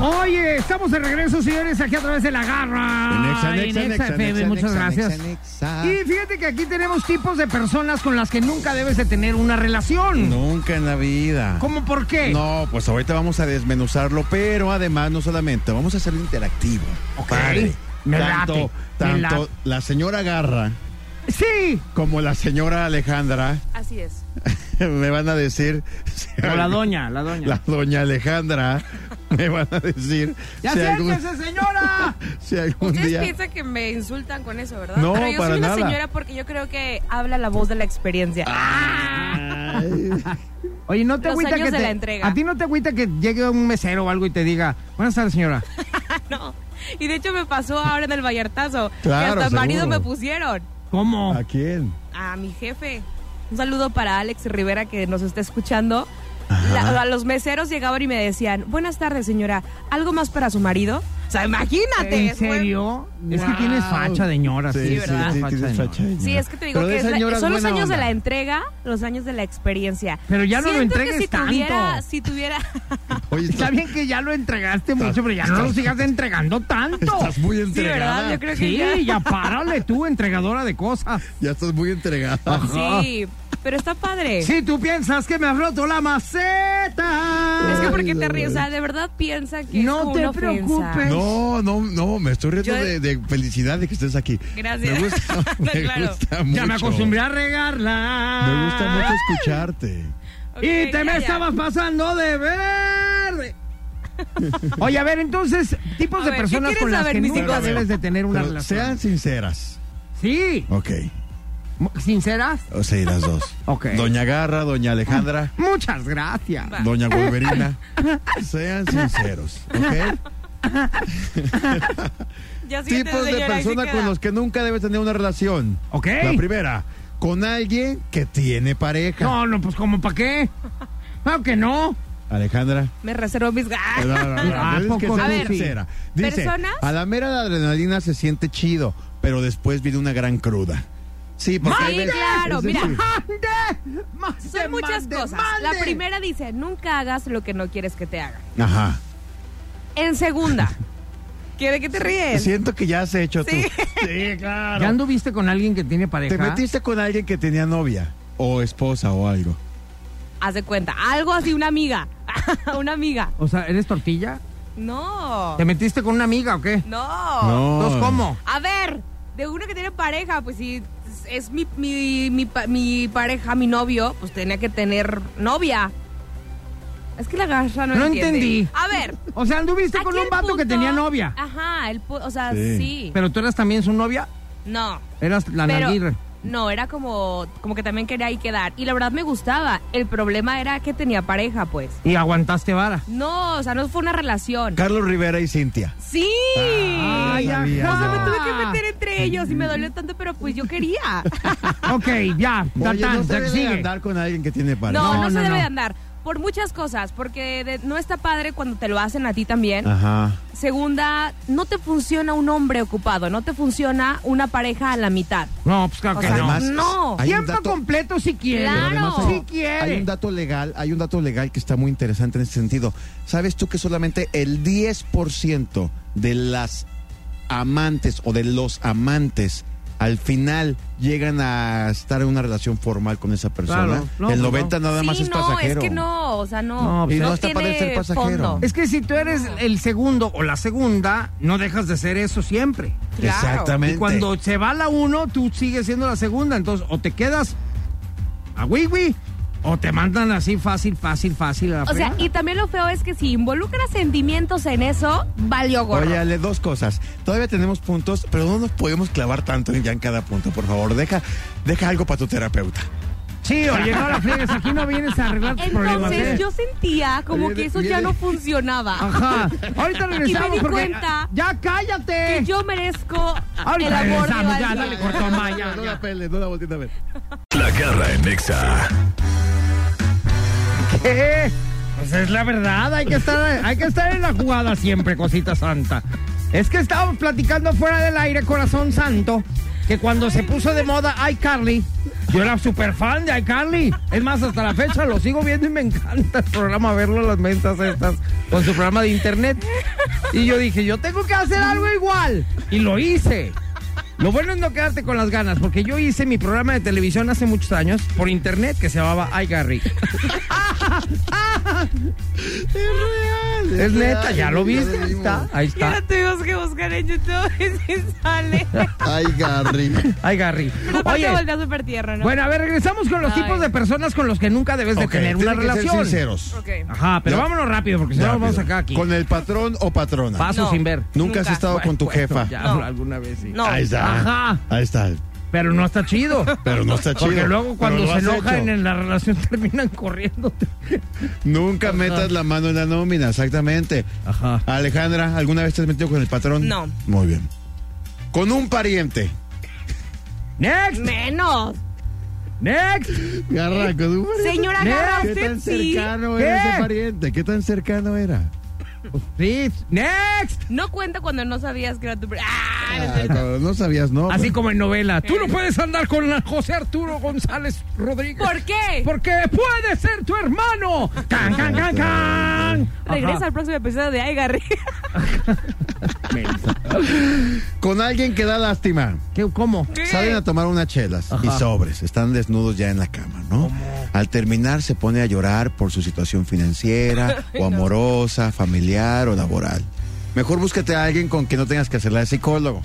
B: Oye, estamos de regreso, señores, aquí a través de la garra.
C: En Exa, en Exa,
B: En Exa
C: en Exa, en
B: FM,
C: Exa, en
B: muchas
C: Exa, en
B: gracias.
C: Exa, en Exa.
B: Y fíjate que aquí tenemos tipos de personas con las que nunca debes de tener una relación.
C: Nunca en la vida.
B: ¿Cómo por qué?
C: No, pues ahorita vamos a desmenuzarlo, pero además no solamente, vamos a hacerlo interactivo.
B: Ok,
C: Padre.
B: me
C: tanto,
B: late,
C: tanto
B: me late.
C: la señora Garra
B: Sí.
C: como la señora Alejandra
D: Así es.
C: me van a decir.
B: O la doña, la doña.
C: La doña Alejandra me van a decir.
B: ¡Ya
C: si algún-
B: siéntese, señora!
C: si algún
D: Ustedes
C: día.
D: piensan que me insultan con eso, ¿verdad?
C: No,
D: Pero yo
C: para
D: soy una
C: nada.
D: señora porque yo creo que habla la voz de la experiencia.
B: Oye, no te
D: Los
B: agüita
D: años
B: que
D: de
B: te-
D: la entrega.
B: A ti no te agüita que llegue un mesero o algo y te diga, buenas tardes, señora.
D: No. Y de hecho me pasó ahora en el Vallartazo.
C: Claro,
D: que hasta
C: seguro.
D: marido me pusieron.
B: ¿Cómo?
C: ¿A quién?
D: A mi jefe. Un saludo para Alex Rivera que nos está escuchando. La- a los meseros llegaban y me decían, buenas tardes señora, ¿algo más para su marido? O sea, imagínate.
B: ¿En
D: fue-
B: serio? Es que
C: Wow.
B: tienes facha de ñora.
C: Sí, sí,
D: ¿verdad?
C: sí,
B: Facha de
C: tienes
B: ñora.
C: facha de
D: Sí,
C: ñora.
D: es que te digo
C: Pero
D: que
C: esa
D: es la-
C: señora es
D: son los
C: buena
D: años de
C: onda.
D: la entrega, los años de la experiencia.
B: Pero ya no lo
D: Siento que
B: entregues
D: si
B: tanto.
D: Tuviera, si tuviera...
C: Oye,
B: Está bien que ya lo entregaste mucho, pero ya no lo sigas entregando tanto.
C: Estás muy
D: sí, ¿verdad?
C: entregada.
D: Yo creo que
B: Sí,
D: ya...
B: ya párale tú, entregadora de cosas.
C: ya estás muy entregada.
D: Sí, pero está padre.
B: Si tú piensas que me has roto la maceta.
D: Es que porque te ríes, o sea, de verdad piensa que es
B: No
D: como
B: te
D: una ofensa.
B: preocupes.
C: No, no, no, me estoy riendo
D: Yo-
C: de, de felicidad de que estés aquí.
D: Gracias.
C: Me gusta,
D: No,
C: me
D: claro.
C: gusta mucho.
B: Ya me acostumbré a regarla.
C: Me gusta mucho escucharte.
D: Ok,
B: y
D: ya,
B: te me
D: ya.
B: estabas pasando de verde. Oye, a ver, entonces, tipos
D: A
B: de
D: ver, ¿qué
B: personas
D: quieres
B: con las
D: saber,
B: que
D: mis
B: nunca
D: hijos?
B: debes de tener una
C: Pero
B: relación.
C: sean sinceras.
B: Sí,
C: Ok.
B: sinceras.
C: O sea, y las dos.
B: Ok.
C: Doña Garra, Doña Alejandra,
B: Muchas gracias.
D: Va.
C: Doña Wolverina. Sean sinceros. Ok.
D: Ya siéntese,
C: tipos de
D: señora, ahí se
C: personas
D: queda.
C: con los que nunca debes tener una relación.
B: Ok.
C: La primera, con alguien que tiene pareja.
B: No, no, pues como para qué. Claro que no.
C: Alejandra.
D: Me reservo mis
C: No,
D: ganas.
C: no, no, no,
B: ¿A
C: tienes
B: poco
C: que
B: no?
C: ser
B: A ver,
C: sincera. Dice,
D: ¿personas?
C: a la mera de adrenalina se siente chido, pero después viene una gran cruda. Sí, porque
D: Sí,
C: hay veces-
D: claro,
C: es
D: mira.
C: decir,
B: ¡Mande! ¡Mande,
D: Son muchas
B: mande,
D: cosas. La
B: mande!
D: primera dice, nunca hagas lo que no quieres que te hagan.
C: Ajá.
D: En segunda, ¿quiere que te ríes?
C: Siento que ya has hecho tú. Sí,
B: ¿Ya
C: claro.
B: anduviste con alguien que tiene pareja?
C: Te metiste con alguien que tenía novia o esposa o algo.
D: Haz de cuenta, algo así, una amiga. una amiga.
B: O sea, ¿eres tortilla?
D: No.
B: ¿Te metiste con una amiga o qué?
D: No.
B: Entonces, ¿cómo?
D: A ver, de uno que tiene pareja, pues si es mi, mi, mi, pa- mi pareja, mi novio, pues tenía que tener novia. Es que la garra no
B: No
D: entiende.
B: entendí.
D: A ver.
B: O sea, anduviste
D: aquí
B: Este con un
D: el
B: vato que
D: punto-
B: tenía novia.
D: Ajá, el, pu- o sea,
C: Sí.
D: sí.
B: Pero tú eras también su novia.
D: no.
B: Eras la
D: pero-
B: Nadir.
D: no, era como, como que también quería ahí quedar. Y la verdad me gustaba. El problema era que tenía pareja, pues.
B: Y aguantaste vara.
D: No, o sea, no fue una relación.
C: Carlos Rivera y Cintia.
D: Sí.
B: Ay,
C: sabía,
D: O sea, me
B: ajá.
D: tuve que meter entre ellos y me dolió tanto, pero pues yo quería.
B: Ok, ya,
C: Oye,
B: Tatán,
C: no se
B: ya
C: debe
B: sigue.
C: andar con alguien que tiene pareja.
D: No, no,
B: No,
D: se
B: no,
D: debe
B: no.
D: de andar. Por muchas cosas, porque de- no está padre cuando te lo hacen a ti también.
B: Ah.
C: Ajá.
D: Segunda, no te funciona un hombre ocupado, no te funciona una pareja a la mitad.
B: No, pues claro
D: O
B: que
D: sea,
B: no.
C: Además,
D: no.
C: hay un
B: Tiempo
C: dato-
B: completo si quiere.
D: Claro.
B: Si
C: hay-
B: quiere.
C: Hay un dato legal, hay un dato legal que está muy interesante en ese sentido. ¿Sabes tú que solamente el 10% de las amantes o de los amantes al final llegan a estar en una relación formal con esa persona?
B: Claro. No,
C: el
B: pues
C: 90 nada más
D: sí,
C: es
D: no,
C: pasajero.
D: es que no, o sea, no.
B: No, pues
C: Y no
D: no
C: está
D: tiene
C: padre ser pasajero.
D: fondo.
B: Es que si tú eres
D: Ah.
B: el segundo o la segunda, no dejas de ser eso siempre.
D: Claro.
C: Exactamente.
B: Y cuando se va la uno, tú sigues siendo la segunda. Entonces, o te quedas a wiwi o te mandan así fácil, fácil, fácil a la
D: O sea,
B: fregada.
D: y también lo feo es que si involucras sentimientos en eso, valió gorro.
C: Oye, Ale, dos cosas. Todavía tenemos puntos, pero no nos podemos clavar tanto en- ya en cada punto. Por favor, deja, deja algo para tu terapeuta.
B: Sí, oye, no la friegues. Aquí no vienes a arreglar tus problemas. ¿eh?
D: Entonces yo sentía como
C: Oye,
D: que eso
C: viene-
D: ya no funcionaba.
B: Ajá. Ahorita regresamos
D: Y me di
B: porque-
D: cuenta-
B: Ya cállate.
D: Que yo merezco el
B: Ahorita
D: amor de
B: regresamos. Ya,
D: alguien.
B: dale, cortó, ma, ya, ya.
C: pele, no la voltees a ver.
A: La garra en Nexa.
B: ¿Qué? Pues es la verdad, hay que estar, hay que estar en la jugada siempre, cosita santa. Es que estábamos platicando fuera del aire, corazón santo, que cuando se puso de moda iCarly, yo era súper fan de iCarly. Es más, hasta la fecha lo sigo viendo y me encanta el programa, verlo en las mesas estas, con su programa de internet. Y yo dije, yo tengo que hacer algo igual. Y lo hice. Lo bueno es no quedarte con las ganas, porque yo hice mi programa de televisión hace muchos años por internet que se llamaba iCarly.
C: Es real.
B: Es neta, ya lo viste. Ahí está, ahí
D: Ya
B: está.
D: no tuvimos que buscar en YouTube y si sale.
C: Ay, Garry.
B: Ay, Garry.
D: Pero aparte
B: Oye,
D: volteas súper tierno, ¿no?
B: bueno, a ver, regresamos con los
D: Ay.
B: tipos de personas con los que nunca debes de tener una relación.
C: sinceros.
D: Ok.
B: Ajá, pero
C: Ya.
B: vámonos rápido porque si no nos vamos a
C: Rápido.
B: sacar aquí.
C: Con el patrón o patrona.
B: Paso
D: No.
B: sin ver.
C: Nunca has
D: Nunca.
C: estado con tu
B: Bueno,
C: jefa.
B: Ya,
D: No.
B: alguna vez sí.
D: No.
C: Ahí está.
B: Ajá.
C: Ahí está.
B: Pero no está chido.
C: Pero no está chido.
B: Porque luego
C: Pero
B: cuando
C: lo
B: se
C: has
B: enojan
C: hecho.
B: en la relación terminan corriendo.
C: Nunca metas la mano en la nómina, exactamente.
B: Ajá.
C: Alejandra, ¿alguna vez te has metido con el patrón?
D: No.
C: Muy bien. Con un pariente.
B: Next,
D: Menos.
B: next.
C: Garra, con un
D: Señora
B: ¿Qué?
D: Garra,
C: ¿Qué
D: usted
C: tan
D: sí. ¿Eh?
C: cercano
B: ¿Qué?
C: era ese pariente? ¿Qué tan cercano era?
B: Sí, next.
D: No cuenta cuando no sabías que era tu. ¡Ah!
C: Ah, cuando no sabías, no. pues.
B: Así
C: pero-
B: como en novela. Tú
D: Eh.
B: no puedes andar con la José Arturo González Rodríguez.
D: ¿Por qué?
B: Porque puede ser tu hermano. ¡Can, can, can, can!
D: Regresa
B: Ajá.
D: al próximo episodio de Ay Garry.
C: Con alguien que da lástima.
B: ¿Qué, ¿Cómo?
C: Salen a tomar unas chelas y
B: Ajá.
C: sobres. Están desnudos ya en la cama, ¿no? Al terminar se pone a llorar por su situación financiera o amorosa, familiar o laboral. Mejor búscate a alguien con que no tengas que hacerla de psicólogo.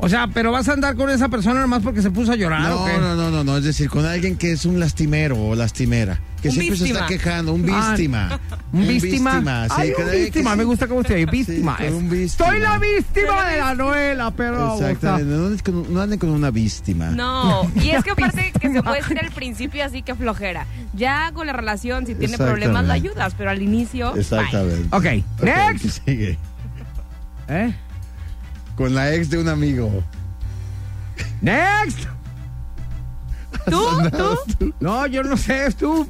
B: O sea, pero vas a andar con esa persona nomás porque se puso a llorar o
C: no,
B: qué?
C: no, no, no, no. Es decir, con alguien que es un lastimero o lastimera. Que
D: Un
C: siempre se
D: víctima.
C: está quejando. Un
B: Ah,
C: víctima.
B: Un víctima.
C: sí,
B: Ay,
C: que-
B: un
C: que
B: víctima.
C: sí.
B: Me gusta cómo estoy. Víctima.
C: con un víctima.
B: Estoy la víctima de la novela, pero.
C: Exactamente. No, andes con- no anden con una víctima.
D: No, y es que aparte que se puede decir al principio así que flojera. Ya con la relación, si tiene problemas, la
C: Exactamente.
D: ayudas, pero al inicio. bye.
C: Exactamente.
B: Ok, next.
C: Sigue.
B: ¿Eh?
C: Con la ex de un amigo.
B: Next.
D: ¿Tú? ¿Tú?
B: No, yo no sé, tú.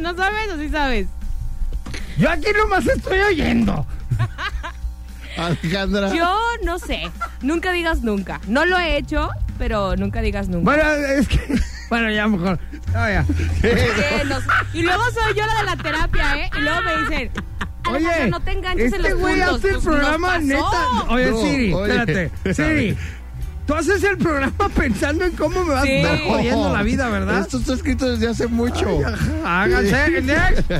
D: ¿No sabes o sí sabes?
B: Yo aquí nomás estoy oyendo.
C: Alejandra.
D: Yo no sé. Nunca digas nunca. No lo he hecho, pero nunca digas nunca.
B: Bueno, es que. Bueno, ya mejor. No, ya.
D: Porque los- y luego soy yo la de la terapia, ¿eh? Y luego me dicen, Alejandra, no te enganches
B: este
D: en los
B: güey
D: puntos.
B: hace el
D: Pues,
B: programa
D: nos pasó.
B: neta. Oye,
C: No,
B: Siri,
C: oye,
B: espérate.
C: espérame.
B: Siri, tú haces el programa pensando en cómo me vas
D: Sí.
B: a estar jodiendo la vida, ¿verdad?
C: Esto está escrito desde hace mucho.
B: Háganse, next.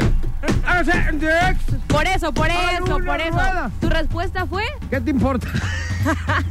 B: Háganse, next.
D: Por eso, por
B: Ay,
D: eso,
B: una
D: por eso.
B: rueda.
D: Tu respuesta fue,
B: ¿Qué te importa? Ah.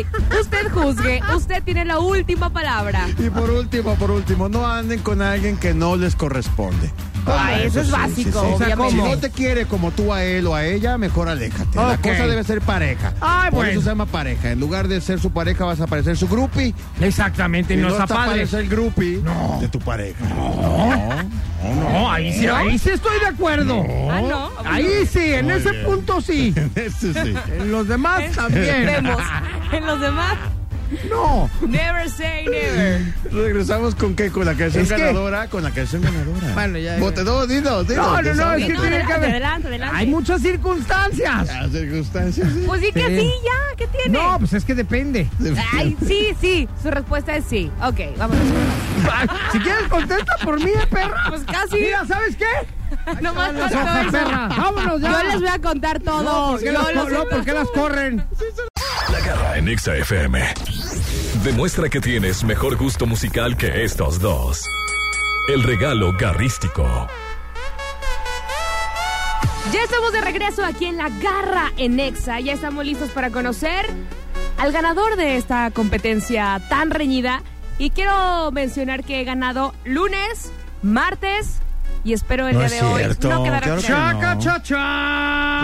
D: ok, usted juzgue, usted tiene la última palabra.
C: Y por último, por último, no anden con alguien que no les corresponde.
B: Ah,
D: Ay, eso es básico,
B: O sea,
C: Si
D: obviamente.
B: ¿cómo?
C: no te quiere como tú a él o a ella, mejor aléjate. La
B: Ok.
C: cosa debe ser pareja.
B: Ay,
C: por
B: bueno.
C: eso se llama pareja. En lugar de ser su pareja, vas a parecer su groupie.
B: Exactamente, no, está padre.
C: el groupie
B: No.
C: de tu pareja.
B: No, ahí sí, ahí sí estoy de acuerdo.
D: Ah, no.
B: Ahí sí, en
C: Muy
B: ese
C: bien.
B: punto sí.
C: Ese sí.
B: En los demás también.
D: Vemos en los demás.
C: No.
D: Never say never.
C: Regresamos con qué? Con la canción
B: Es que-
C: ganadora. Con la canción ganadora.
B: Bueno, ya-
C: Vote dos, dinos,
B: No,
C: dinos.
B: no, no, es
C: desahoga.
B: que tiene
D: No,
B: que
D: adelante,
B: haber-
D: adelante, adelante.
B: Hay muchas circunstancias.
C: Las circunstancias. sí.
D: Pues sí que
B: Sí.
D: sí, ya, ¿qué tiene?
B: No, pues es que depende.
D: Ay, sí, sí, su respuesta es sí. Ok, vamos.
B: Si quieres contesta por mí, eh, perra.
D: Pues casi.
B: Mira, ¿sabes qué?
D: no más
B: Las hojas, Pues perra. Vámonos ya.
D: Yo les voy a contar todo.
B: No, ¿por qué
D: Yo
B: las
D: los-
B: co- no, ¿por qué las corren?
A: La garra en Exa FM. Demuestra que tienes mejor gusto musical que estos dos. El regalo garrístico.
D: Ya estamos de regreso aquí en La Garra en Exa. Ya estamos listos para conocer al ganador de esta competencia tan reñida. Y quiero mencionar que he ganado lunes, martes y espero el
C: No
D: día
C: es
D: de hoy
C: cierto,
D: no quedar
C: claro que
D: afuera.
C: no.
B: Chaca, chacha.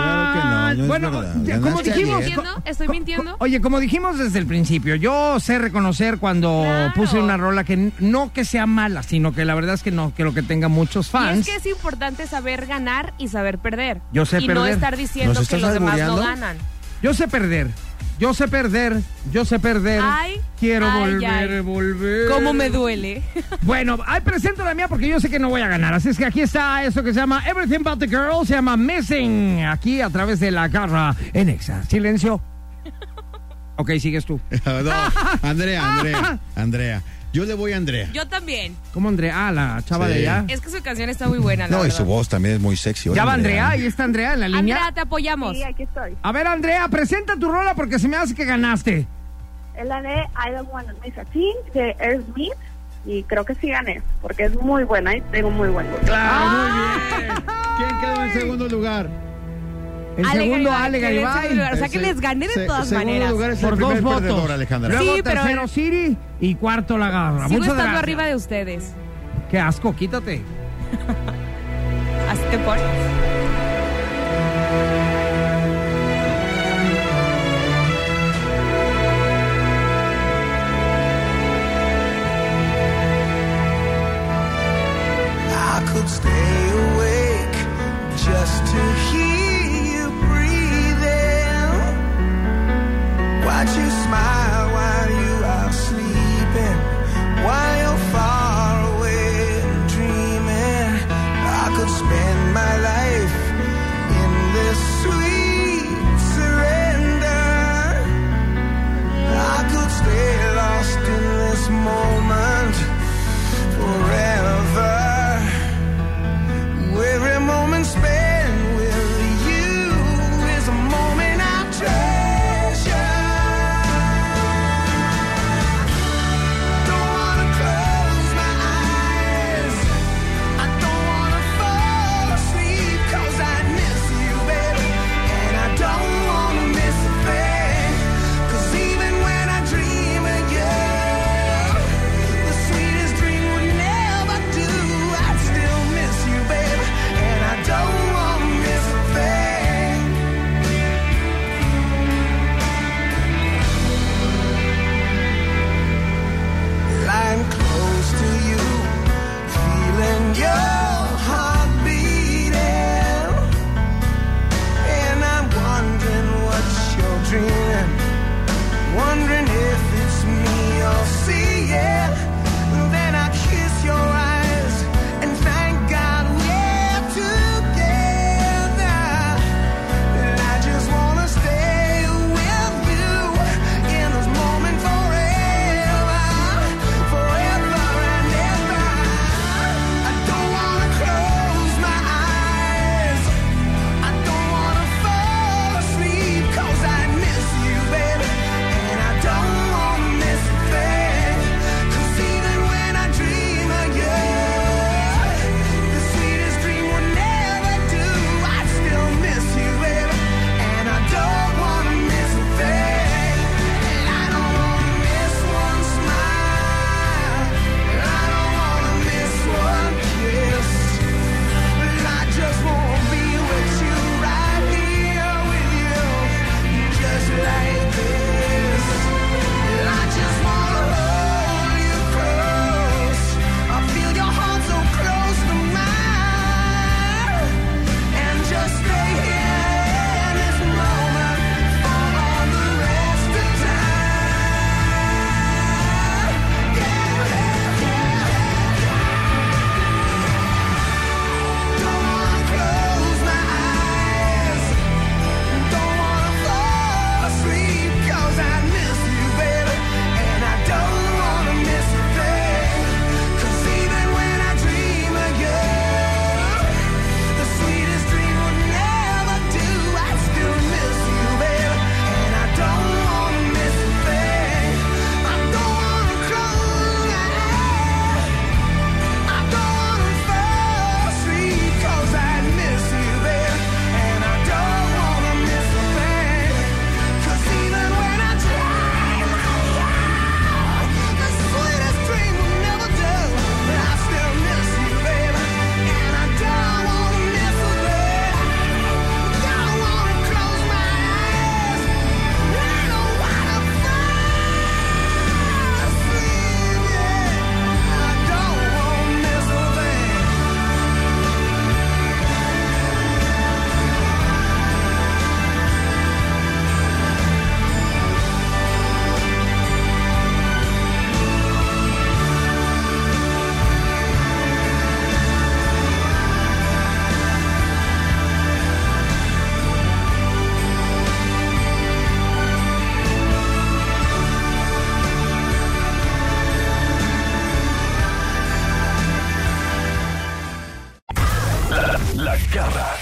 C: Claro que no, no es ¿eh?
B: bueno,
C: verdad.
B: ya,
C: Ganaste
B: como
C: ayer.
B: dijimos,
D: ¿Estoy mintiendo?
B: co-
D: ¿Estoy
B: co-
D: mintiendo?
B: Oye, como dijimos desde el principio, yo sé reconocer cuando
D: Claro.
B: puse una rola que n- no que sea mala, sino que la verdad es que no, que lo que tenga muchos
D: Y
B: fans.
D: es que es importante saber ganar y saber perder.
B: Yo sé
D: y no
B: perder.
D: estar diciendo
C: ¿Nos
D: que
C: estás
D: los demás no
C: albureando?
D: ganan.
B: Yo sé perder. Yo sé perder, yo sé perder.
D: Ay,
B: Quiero
D: ay,
B: volver,
D: ay.
B: volver.
D: ¿Cómo me duele?
B: Bueno, ahí presento la mía porque yo sé que no voy a ganar. Así es que aquí está eso que se llama Everything But the Girl, se llama Missing, aquí a través de la garra en Exa. Silencio. Ok, sigues tú.
C: No, Andrea, Andrea, Andrea. Yo le voy a Andrea.
D: Yo también.
B: ¿Cómo Andrea? Ah, la chava
C: Sí.
B: de allá.
D: Es que su canción está muy buena. La
C: No, y
D: verdad.
C: su voz también es muy sexy. Oye,
B: Ya va Andrea, ahí está Andrea en la línea.
D: Andrea, te apoyamos.
F: Sí, aquí estoy.
B: A ver, Andrea, presenta tu rola porque se me hace que ganaste.
F: Es la de I Don't Want to Miss a Thing de Aerosmith. Y creo que sí gané, porque es muy buena y tengo muy buen gusto.
D: Ah.
C: ¿Quién quedó en segundo lugar?
B: El
D: Ale
B: segundo,
D: Garibay,
B: Ale
D: que en el
B: Garibay.
D: segundo lugar. O sea que
C: Se-
D: les gané de
C: se-
D: todas
C: segundo
D: maneras.
C: lugar es el
B: Por dos
C: primer
B: votos.
C: perdedor, Alejandra.
B: Luego
D: Sí, pero-
B: tercero Siri y cuarto la garra.
D: Sigo
B: Muchas
D: estando
B: gracias.
D: arriba de ustedes.
B: Qué asco, quítate.
D: Así te pones.
G: I could stay awake just to hear you breathing. Watch you smile while you are sleeping, while you're far away and dreaming. I could spend my life in this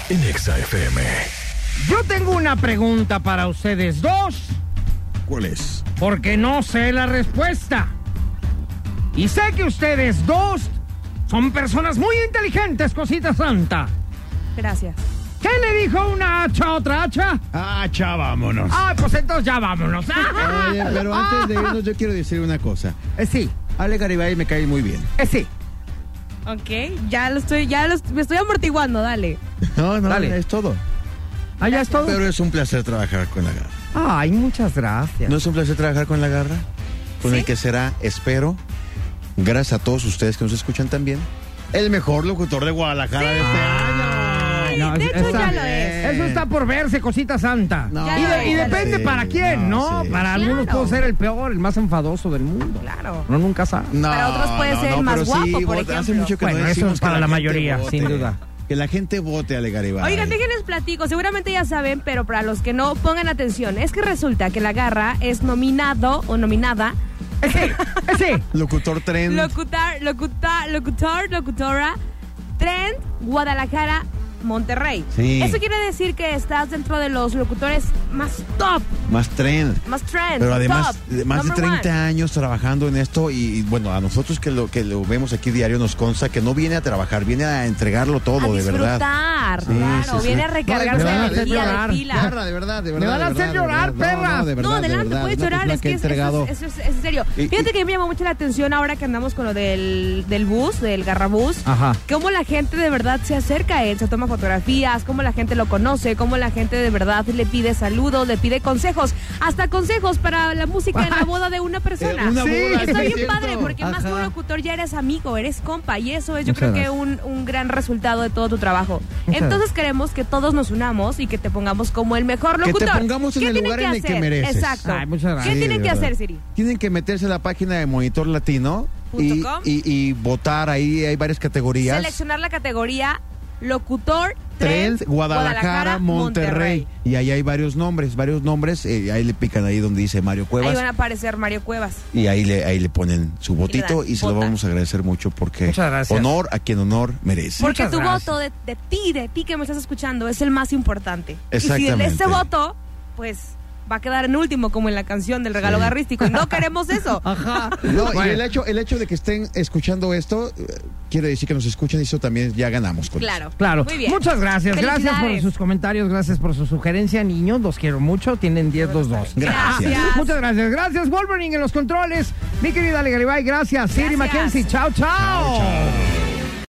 A: en Exa FM.
B: Yo tengo una pregunta para ustedes dos,
C: ¿Cuál es?
B: porque no sé la respuesta. Y sé que ustedes dos son personas muy inteligentes, cosita santa.
D: Gracias.
B: ¿Qué le dijo una hacha a otra hacha?
C: Ah, chá, vámonos.
B: Ah, pues entonces ya vámonos.
C: Oye, pero antes de irnos, yo quiero decir una cosa.
B: Eh, sí,
C: Ale Garibay me cae muy bien.
B: eh, sí.
D: Ok, ya lo estoy, ya lo, me estoy amortiguando, dale.
C: No, no,
B: Dale.
C: es todo.
B: Allá es todo.
C: Pero es un placer trabajar con la garra.
B: Ay, muchas gracias.
C: ¿No es un placer trabajar con la garra? Con el que será, espero, gracias a todos ustedes que nos escuchan también, el mejor locutor de Guadalajara de este
D: Ah.
C: año.
B: No,
D: de hecho,
B: está-
D: ya lo es.
B: Eso está por verse, cosita santa.
C: No,
D: Ya
B: y, de-
D: lo
B: y
D: es.
B: depende
C: Sí,
B: para quién, ¿no?
C: sí.
B: Para algunos
D: Claro.
B: puedo ser el peor, el más enfadoso del mundo.
D: Claro.
B: No nunca sabe.
C: No,
D: Para otros puede ser más
C: pero
D: guapo, por
C: vota. Hace
D: ejemplo.
C: mucho que no
B: Bueno, eso
C: decimos
B: es
C: que
B: para la
C: gente
B: mayoría,
C: vote.
B: sin duda.
C: Que la gente vote, Ale Garibay.
D: Oigan, déjenles platico, seguramente ya saben, pero para los que no, pongan atención. Es que resulta que la garra es nominado o nominada
B: Eh, sí.
C: Locutor tren.
D: locutar, locuta, locutor, locutora, Trend, Guadalajara, Monterrey.
C: Sí.
D: Eso quiere decir que estás dentro de los locutores más top,
C: Más tren.
D: más trend,
C: Pero además,
D: top,
C: de- más de
D: number
C: 30
D: one.
C: años trabajando en esto y, y, bueno, a nosotros que lo que lo vemos aquí diario nos consta que no viene a trabajar, viene a entregarlo todo,
D: a
C: de verdad.
D: disfrutar,
C: Sí,
D: claro,
C: sí, sí.
D: viene a
C: No,
D: recargarse
B: me
D: de
B: van a hacer
D: energía,
B: llorar.
D: de pila.
C: Garra, de verdad, de verdad.
B: van a
C: de
B: hacer
C: verdad, de
B: llorar, Eh,
C: verdad. No,
B: perras.
C: No, de verdad,
D: no,
C: de
D: adelante,
C: verdad,
D: puedes
C: una
D: llorar,
C: persona
D: es
C: que
D: que
C: ha
D: es,
C: entregado.
D: es- es- es- es serio.
C: Y-
D: Fíjate
C: y-
D: que me llamó mucho la atención ahora que andamos con lo del, del bus, del garrabús,
B: Ajá.
D: cómo la gente de verdad se acerca a él, se toma fotografías, cómo la gente lo conoce, cómo la gente de verdad le pide saludos, le pide consejos, hasta consejos para la música en la boda de una persona.
C: Eh, una
B: Sí.
C: boda,
D: Está
C: sí,
D: bien
C: es
D: padre,
C: cierto.
D: porque más que un
B: Ajá.
D: locutor ya eres amigo, eres compa, y eso es yo
B: Muchas
D: creo que un, un gran resultado de todo tu trabajo.
B: Muchas
D: Entonces queremos que todos nos unamos y que te pongamos como el mejor
C: Que te
D: locutor.
C: pongamos en
D: ¿Qué
C: el
D: tienen
C: lugar en el que
D: hacer?
C: mereces.
D: Exacto.
B: Ay, muchas gracias.
D: ¿Qué
C: Sí,
D: tienen
C: de
D: que
C: verdad.
D: hacer, Siri?
C: Tienen que meterse a la página de Monitor Latino y,
D: Punto com.
C: y- y votar ahí, hay varias categorías.
D: Seleccionar la categoría locutor,
C: Trend,
D: trend,
C: Guadalajara, Monterrey. Y ahí hay varios nombres, varios nombres, eh, ahí le pican ahí donde dice Mario
D: Ahí
C: Cuevas.
D: van a aparecer Mario Cuevas.
C: Y ahí le, ahí le ponen su votito y,
D: dan
C: se lo
D: vota.
C: vamos a agradecer mucho porque
B: Muchas gracias.
C: honor a quien honor merece.
D: Porque
B: Muchas
D: tu
B: gracias.
D: voto de, de ti, de ti que me estás escuchando, es el más importante. Y si
C: Exactamente.
D: el- ese voto, pues va a quedar en último, como en la canción del regalo
C: Sí.
D: garrístico. Y no queremos eso.
B: Ajá.
C: No, y
B: Bueno.
C: el hecho, el hecho de que estén escuchando esto eh, quiere decir que nos escuchan y eso también ya ganamos con
D: Claro.
B: Claro.
D: Muy bien.
B: Muchas gracias. Gracias por
D: Felicidades.
B: sus comentarios, gracias por su sugerencia, niños. Los quiero mucho. Tienen 10, 2, 2.
C: Gracias.
B: Muchas gracias. Gracias, Wolverine, en los controles. Mi querida Ale Garibay, gracias. Siri
D: Gracias.
B: Mackenzie, chao, chao.